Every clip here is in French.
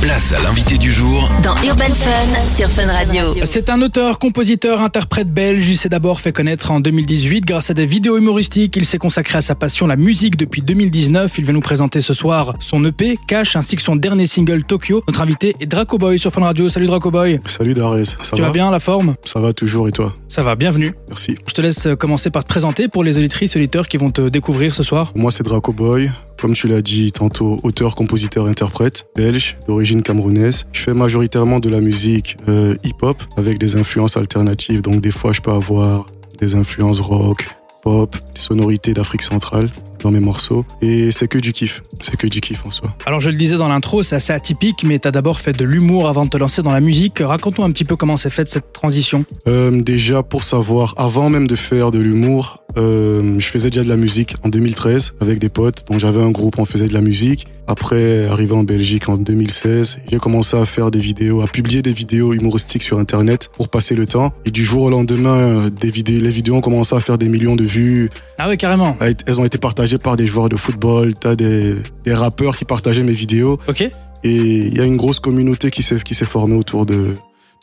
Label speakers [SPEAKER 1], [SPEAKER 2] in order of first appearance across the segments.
[SPEAKER 1] Place à l'invité du jour
[SPEAKER 2] Dans Urban Fun sur Fun Radio.
[SPEAKER 3] C'est un auteur, compositeur, interprète belge. Il s'est d'abord fait connaître en 2018 grâce à des vidéos humoristiques. Il s'est consacré à sa passion, la musique, depuis 2019. Il va nous présenter ce soir son EP, Cash, ainsi que son dernier single, Tokyo. Notre invité est Draco Boy sur Fun Radio. Salut Draco Boy.
[SPEAKER 4] Salut Darès, ça
[SPEAKER 3] tu
[SPEAKER 4] va
[SPEAKER 3] vas bien, la forme
[SPEAKER 4] Ça va toujours et toi
[SPEAKER 3] Ça va, bienvenue.
[SPEAKER 4] Merci.
[SPEAKER 3] Je te laisse commencer par te présenter pour les auditrices et auditeurs qui vont te découvrir ce soir.
[SPEAKER 4] Moi c'est Draco Boy, comme tu l'as dit tantôt, auteur, compositeur, interprète, belge, d'origine camerounaise. Je fais majoritairement de la musique euh, hip-hop avec des influences alternatives, donc des fois je peux avoir des influences rock, pop, des sonorités d'Afrique centrale dans mes morceaux. Et c'est que du kiff, c'est que du kiff en soi.
[SPEAKER 3] Alors je le disais dans l'intro, c'est assez atypique, mais t'as d'abord fait de l'humour avant de te lancer dans la musique. Raconte-nous un petit peu comment s'est faite cette transition.
[SPEAKER 4] Euh, déjà pour savoir, avant même de faire de l'humour, euh, je faisais déjà de la musique en 2013 avec des potes. Donc j'avais un groupe, on faisait de la musique. Après, arrivé en Belgique en 2016, j'ai commencé à faire des vidéos, à publier des vidéos humoristiques sur Internet pour passer le temps. Et du jour au lendemain, euh, des vidéos, les vidéos ont commencé à faire des millions de vues.
[SPEAKER 3] Ah oui, carrément.
[SPEAKER 4] Elles elles ont été partagées par des joueurs de football, t'as des, des rappeurs qui partageaient mes vidéos.
[SPEAKER 3] Ok.
[SPEAKER 4] Et il y a une grosse communauté qui s'est, qui s'est formée autour de,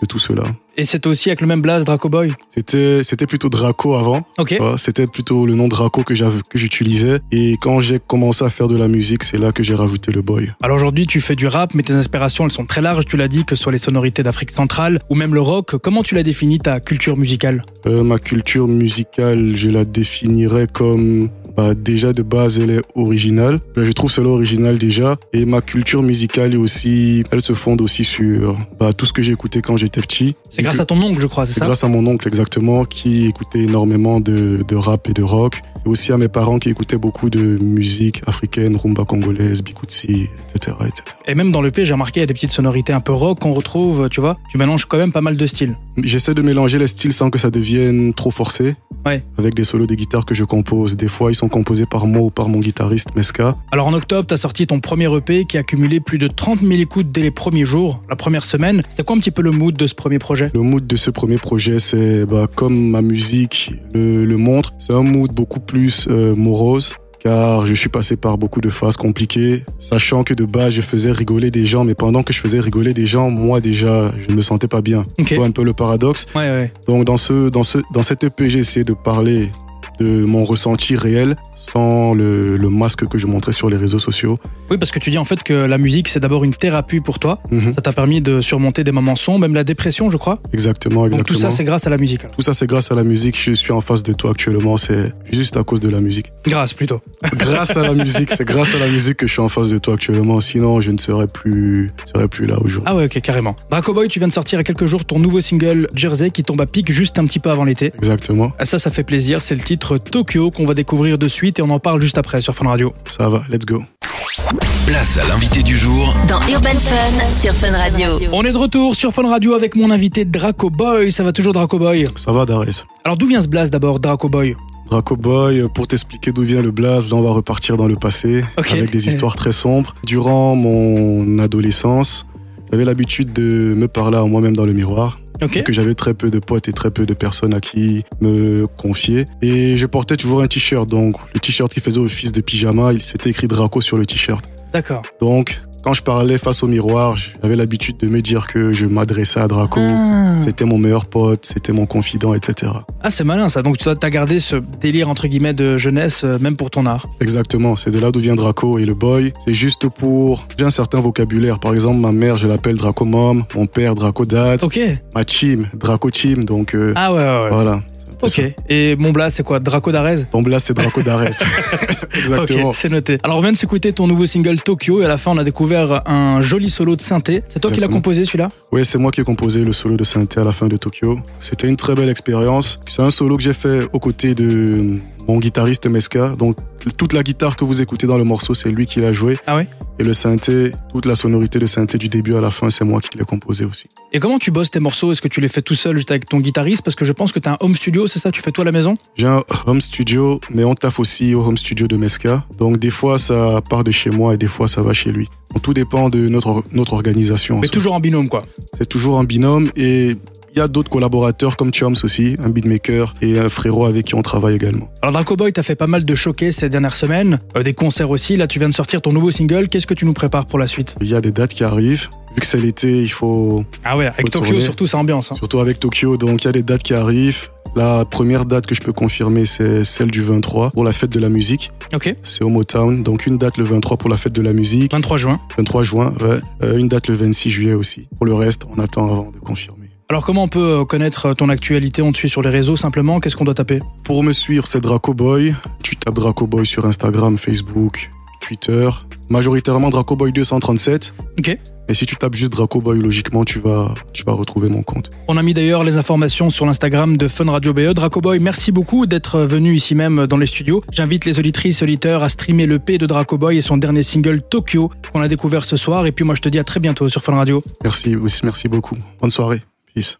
[SPEAKER 4] de tout cela.
[SPEAKER 3] Et c'était aussi avec le même blaze Draco Boy.
[SPEAKER 4] C'était, c'était plutôt Draco avant.
[SPEAKER 3] Ok.
[SPEAKER 4] Voilà, C'était plutôt le nom Draco que j'avais, que j'utilisais. Et quand j'ai commencé à faire de la musique, c'est là que j'ai rajouté le boy.
[SPEAKER 3] Alors aujourd'hui, tu fais du rap, mais tes inspirations, elles sont très larges, tu l'as dit, que ce soit les sonorités d'Afrique centrale ou même le rock. Comment tu l'as définie ta culture musicale
[SPEAKER 4] Euh, ma culture musicale, je la définirais comme bah, déjà de base, elle est originale. Bah, je trouve cela original déjà. Et ma culture musicale est aussi, elle se fonde aussi sur bah, tout ce que j'ai écouté quand j'étais petit.
[SPEAKER 3] C'est grâce à ton oncle, je crois, c'est
[SPEAKER 4] C'est
[SPEAKER 3] ça
[SPEAKER 4] grâce à mon oncle exactement qui écoutait énormément de, de rap et de rock. Et aussi à mes parents qui écoutaient beaucoup de musique africaine, rumba congolaise, bikutsi, etc. etc.
[SPEAKER 3] Et même dans le P, j'ai remarqué, il y a des petites sonorités un peu rock qu'on retrouve, tu vois. Tu mélanges quand même pas mal de styles.
[SPEAKER 4] J'essaie de mélanger les styles sans que ça devienne trop forcé.
[SPEAKER 3] Ouais.
[SPEAKER 4] Avec des solos de guitare que je compose. Des fois, ils sont composés par moi ou par mon guitariste Meska.
[SPEAKER 3] Alors en octobre, t'as sorti ton premier EP qui a cumulé plus de 30 000 écoutes dès les premiers jours, la première semaine. C'était quoi un petit peu le mood de ce premier projet
[SPEAKER 4] Le mood de ce premier projet, c'est bah, comme ma musique le, le montre, c'est un mood beaucoup plus euh, morose. Car je suis passé par beaucoup de phases compliquées, sachant que de base je faisais rigoler des gens, mais pendant que je faisais rigoler des gens, moi déjà je ne me sentais pas bien.
[SPEAKER 3] Ok.
[SPEAKER 4] Tu vois un peu le paradoxe.
[SPEAKER 3] Ouais, ouais.
[SPEAKER 4] Donc dans ce, dans ce, dans cette EP, j'ai essayé de parler de mon ressenti réel sans le, le masque que je montrais sur les réseaux sociaux.
[SPEAKER 3] Oui, parce que tu dis en fait que la musique, c'est d'abord une thérapie pour toi.
[SPEAKER 4] Mhm.
[SPEAKER 3] Ça t'a permis de surmonter des moments sombres, même la dépression, je crois.
[SPEAKER 4] Exactement, exactement.
[SPEAKER 3] Donc tout ça, c'est grâce à la musique. alors.
[SPEAKER 4] Tout ça, c'est grâce à la musique. Je suis en face de toi actuellement. C'est juste à cause de la musique.
[SPEAKER 3] Grâce plutôt.
[SPEAKER 4] Grâce à la musique, c'est grâce à la musique que je suis en face de toi actuellement. Sinon, je ne serais plus, serais plus là aujourd'hui.
[SPEAKER 3] Ah ouais, ok, carrément. Draco Boy, tu viens de sortir il y a quelques jours ton nouveau single Jersey qui tombe à pic juste un petit peu avant l'été.
[SPEAKER 4] Exactement.
[SPEAKER 3] Ah, Ça, ça fait plaisir. C'est le titre Tokyo qu'on va découvrir de suite et on en parle juste après sur Fun Radio.
[SPEAKER 4] Ça va. Let's go.
[SPEAKER 1] Place à l'invité du jour
[SPEAKER 2] Dans Urban Fun sur Fun Radio.
[SPEAKER 3] On est de retour sur Fun Radio avec mon invité Draco Boy. Ça va toujours Draco Boy.
[SPEAKER 4] Ça va, Darès.
[SPEAKER 3] Alors d'où vient ce blaze d'abord, Draco Boy
[SPEAKER 4] Draco Boy, euh, pour t'expliquer d'où vient le blaze, là on va repartir dans le passé
[SPEAKER 3] Ok.
[SPEAKER 4] avec des histoires très sombres. Durant mon adolescence, j'avais l'habitude de me parler à moi-même dans le miroir.
[SPEAKER 3] Ok.
[SPEAKER 4] et que j'avais très peu de potes et très peu de personnes à qui me confier. Et je portais toujours un t-shirt, donc le t-shirt qui faisait office de pyjama, il s'était écrit Draco sur le t-shirt.
[SPEAKER 3] D'accord.
[SPEAKER 4] Donc, quand je parlais face au miroir, j'avais l'habitude de me dire que je m'adressais à Draco.
[SPEAKER 3] Ah,
[SPEAKER 4] C'était mon meilleur pote, c'était mon confident, etc.
[SPEAKER 3] Ah, c'est malin ça. Donc tu as gardé ce délire entre guillemets de jeunesse, euh, même pour ton art.
[SPEAKER 4] Exactement, c'est de là d'où vient Draco et le boy. C'est juste pour. J'ai un certain vocabulaire. Par exemple, ma mère, je l'appelle Draco Mom, mon père, Draco Dad,
[SPEAKER 3] Ok.
[SPEAKER 4] ma team, Draco Team. Donc, euh,
[SPEAKER 3] Ah ouais, ouais, ouais.
[SPEAKER 4] voilà. C'est un peu
[SPEAKER 3] Ok.
[SPEAKER 4] ça.
[SPEAKER 3] Et mon blaze, c'est quoi Draco d'Arez
[SPEAKER 4] Donc là, c'est Draco Darès. Exactement.
[SPEAKER 3] Ok, c'est noté. Alors on vient de s'écouter ton nouveau single Tokyo et à la fin on a découvert un joli solo de synthé. C'est toi qui l'as
[SPEAKER 4] Exactement.
[SPEAKER 3] composé celui-là
[SPEAKER 4] Oui, c'est moi qui ai composé le solo de synthé à la fin de Tokyo. C'était une très belle expérience. C'est un solo que j'ai fait aux côtés de mon guitariste Meska. Donc, toute la guitare que vous écoutez dans le morceau, c'est lui qui l'a joué.
[SPEAKER 3] Ah ouais
[SPEAKER 4] Et le synthé, toute la sonorité de synthé du début à la fin, c'est moi qui l'ai composé aussi.
[SPEAKER 3] Et comment tu bosses tes morceaux Est-ce que tu les fais tout seul juste avec ton guitariste Parce que je pense que t'as un home studio, c'est ça Tu fais toi à la maison
[SPEAKER 4] J'ai un home studio, mais on taffe aussi au home studio de Meska. Donc, des fois, ça part de chez moi et des fois, ça va chez lui. Donc, tout dépend de notre, notre organisation. en
[SPEAKER 3] Mais
[SPEAKER 4] soi.
[SPEAKER 3] toujours en binôme quoi.
[SPEAKER 4] C'est toujours un binôme et Il y a d'autres collaborateurs comme Choms aussi, un beatmaker et un frérot avec qui on travaille également.
[SPEAKER 3] Alors Draco Boy, t'as fait pas mal de choqués ces dernières semaines, euh, des concerts aussi. Là, tu viens de sortir ton nouveau single. Qu'est-ce que tu nous prépares pour la suite
[SPEAKER 4] Il y a des dates qui arrivent. Vu que c'est l'été, il faut
[SPEAKER 3] Ah ouais, avec
[SPEAKER 4] Faut
[SPEAKER 3] Tokyo
[SPEAKER 4] tourner.
[SPEAKER 3] surtout, c'est ambiance. hein.
[SPEAKER 4] Surtout avec Tokyo, donc il y a des dates qui arrivent. La première date que je peux confirmer, c'est celle du 23 pour la fête de la musique.
[SPEAKER 3] Ok.
[SPEAKER 4] C'est au Motown, donc une date le 23 pour la fête de la musique,
[SPEAKER 3] 23 juin.
[SPEAKER 4] 23 juin, ouais. Euh, une date le 26 juillet aussi. Pour le reste, on attend avant de confirmer.
[SPEAKER 3] Alors comment on peut euh, connaître euh, ton actualité On te suit sur les réseaux simplement. Qu'est-ce qu'on doit taper
[SPEAKER 4] Pour me suivre, c'est Draco Boy. Tu tapes Draco Boy sur Instagram, Facebook, Twitter. Majoritairement Draco Boy 237.
[SPEAKER 3] Ok.
[SPEAKER 4] Et si tu tapes juste Draco Boy, logiquement, tu vas, tu vas retrouver mon compte.
[SPEAKER 3] On a mis d'ailleurs les informations sur l'Instagram de Fun Radio BE. Dracoboy, merci beaucoup d'être venu ici même dans les studios. J'invite les auditrices, auditeurs à streamer le P de Dracoboy et son dernier single Tokyo qu'on a découvert ce soir. Et puis moi je te dis à très bientôt sur Fun Radio.
[SPEAKER 4] Merci, merci beaucoup. Bonne soirée. Peace.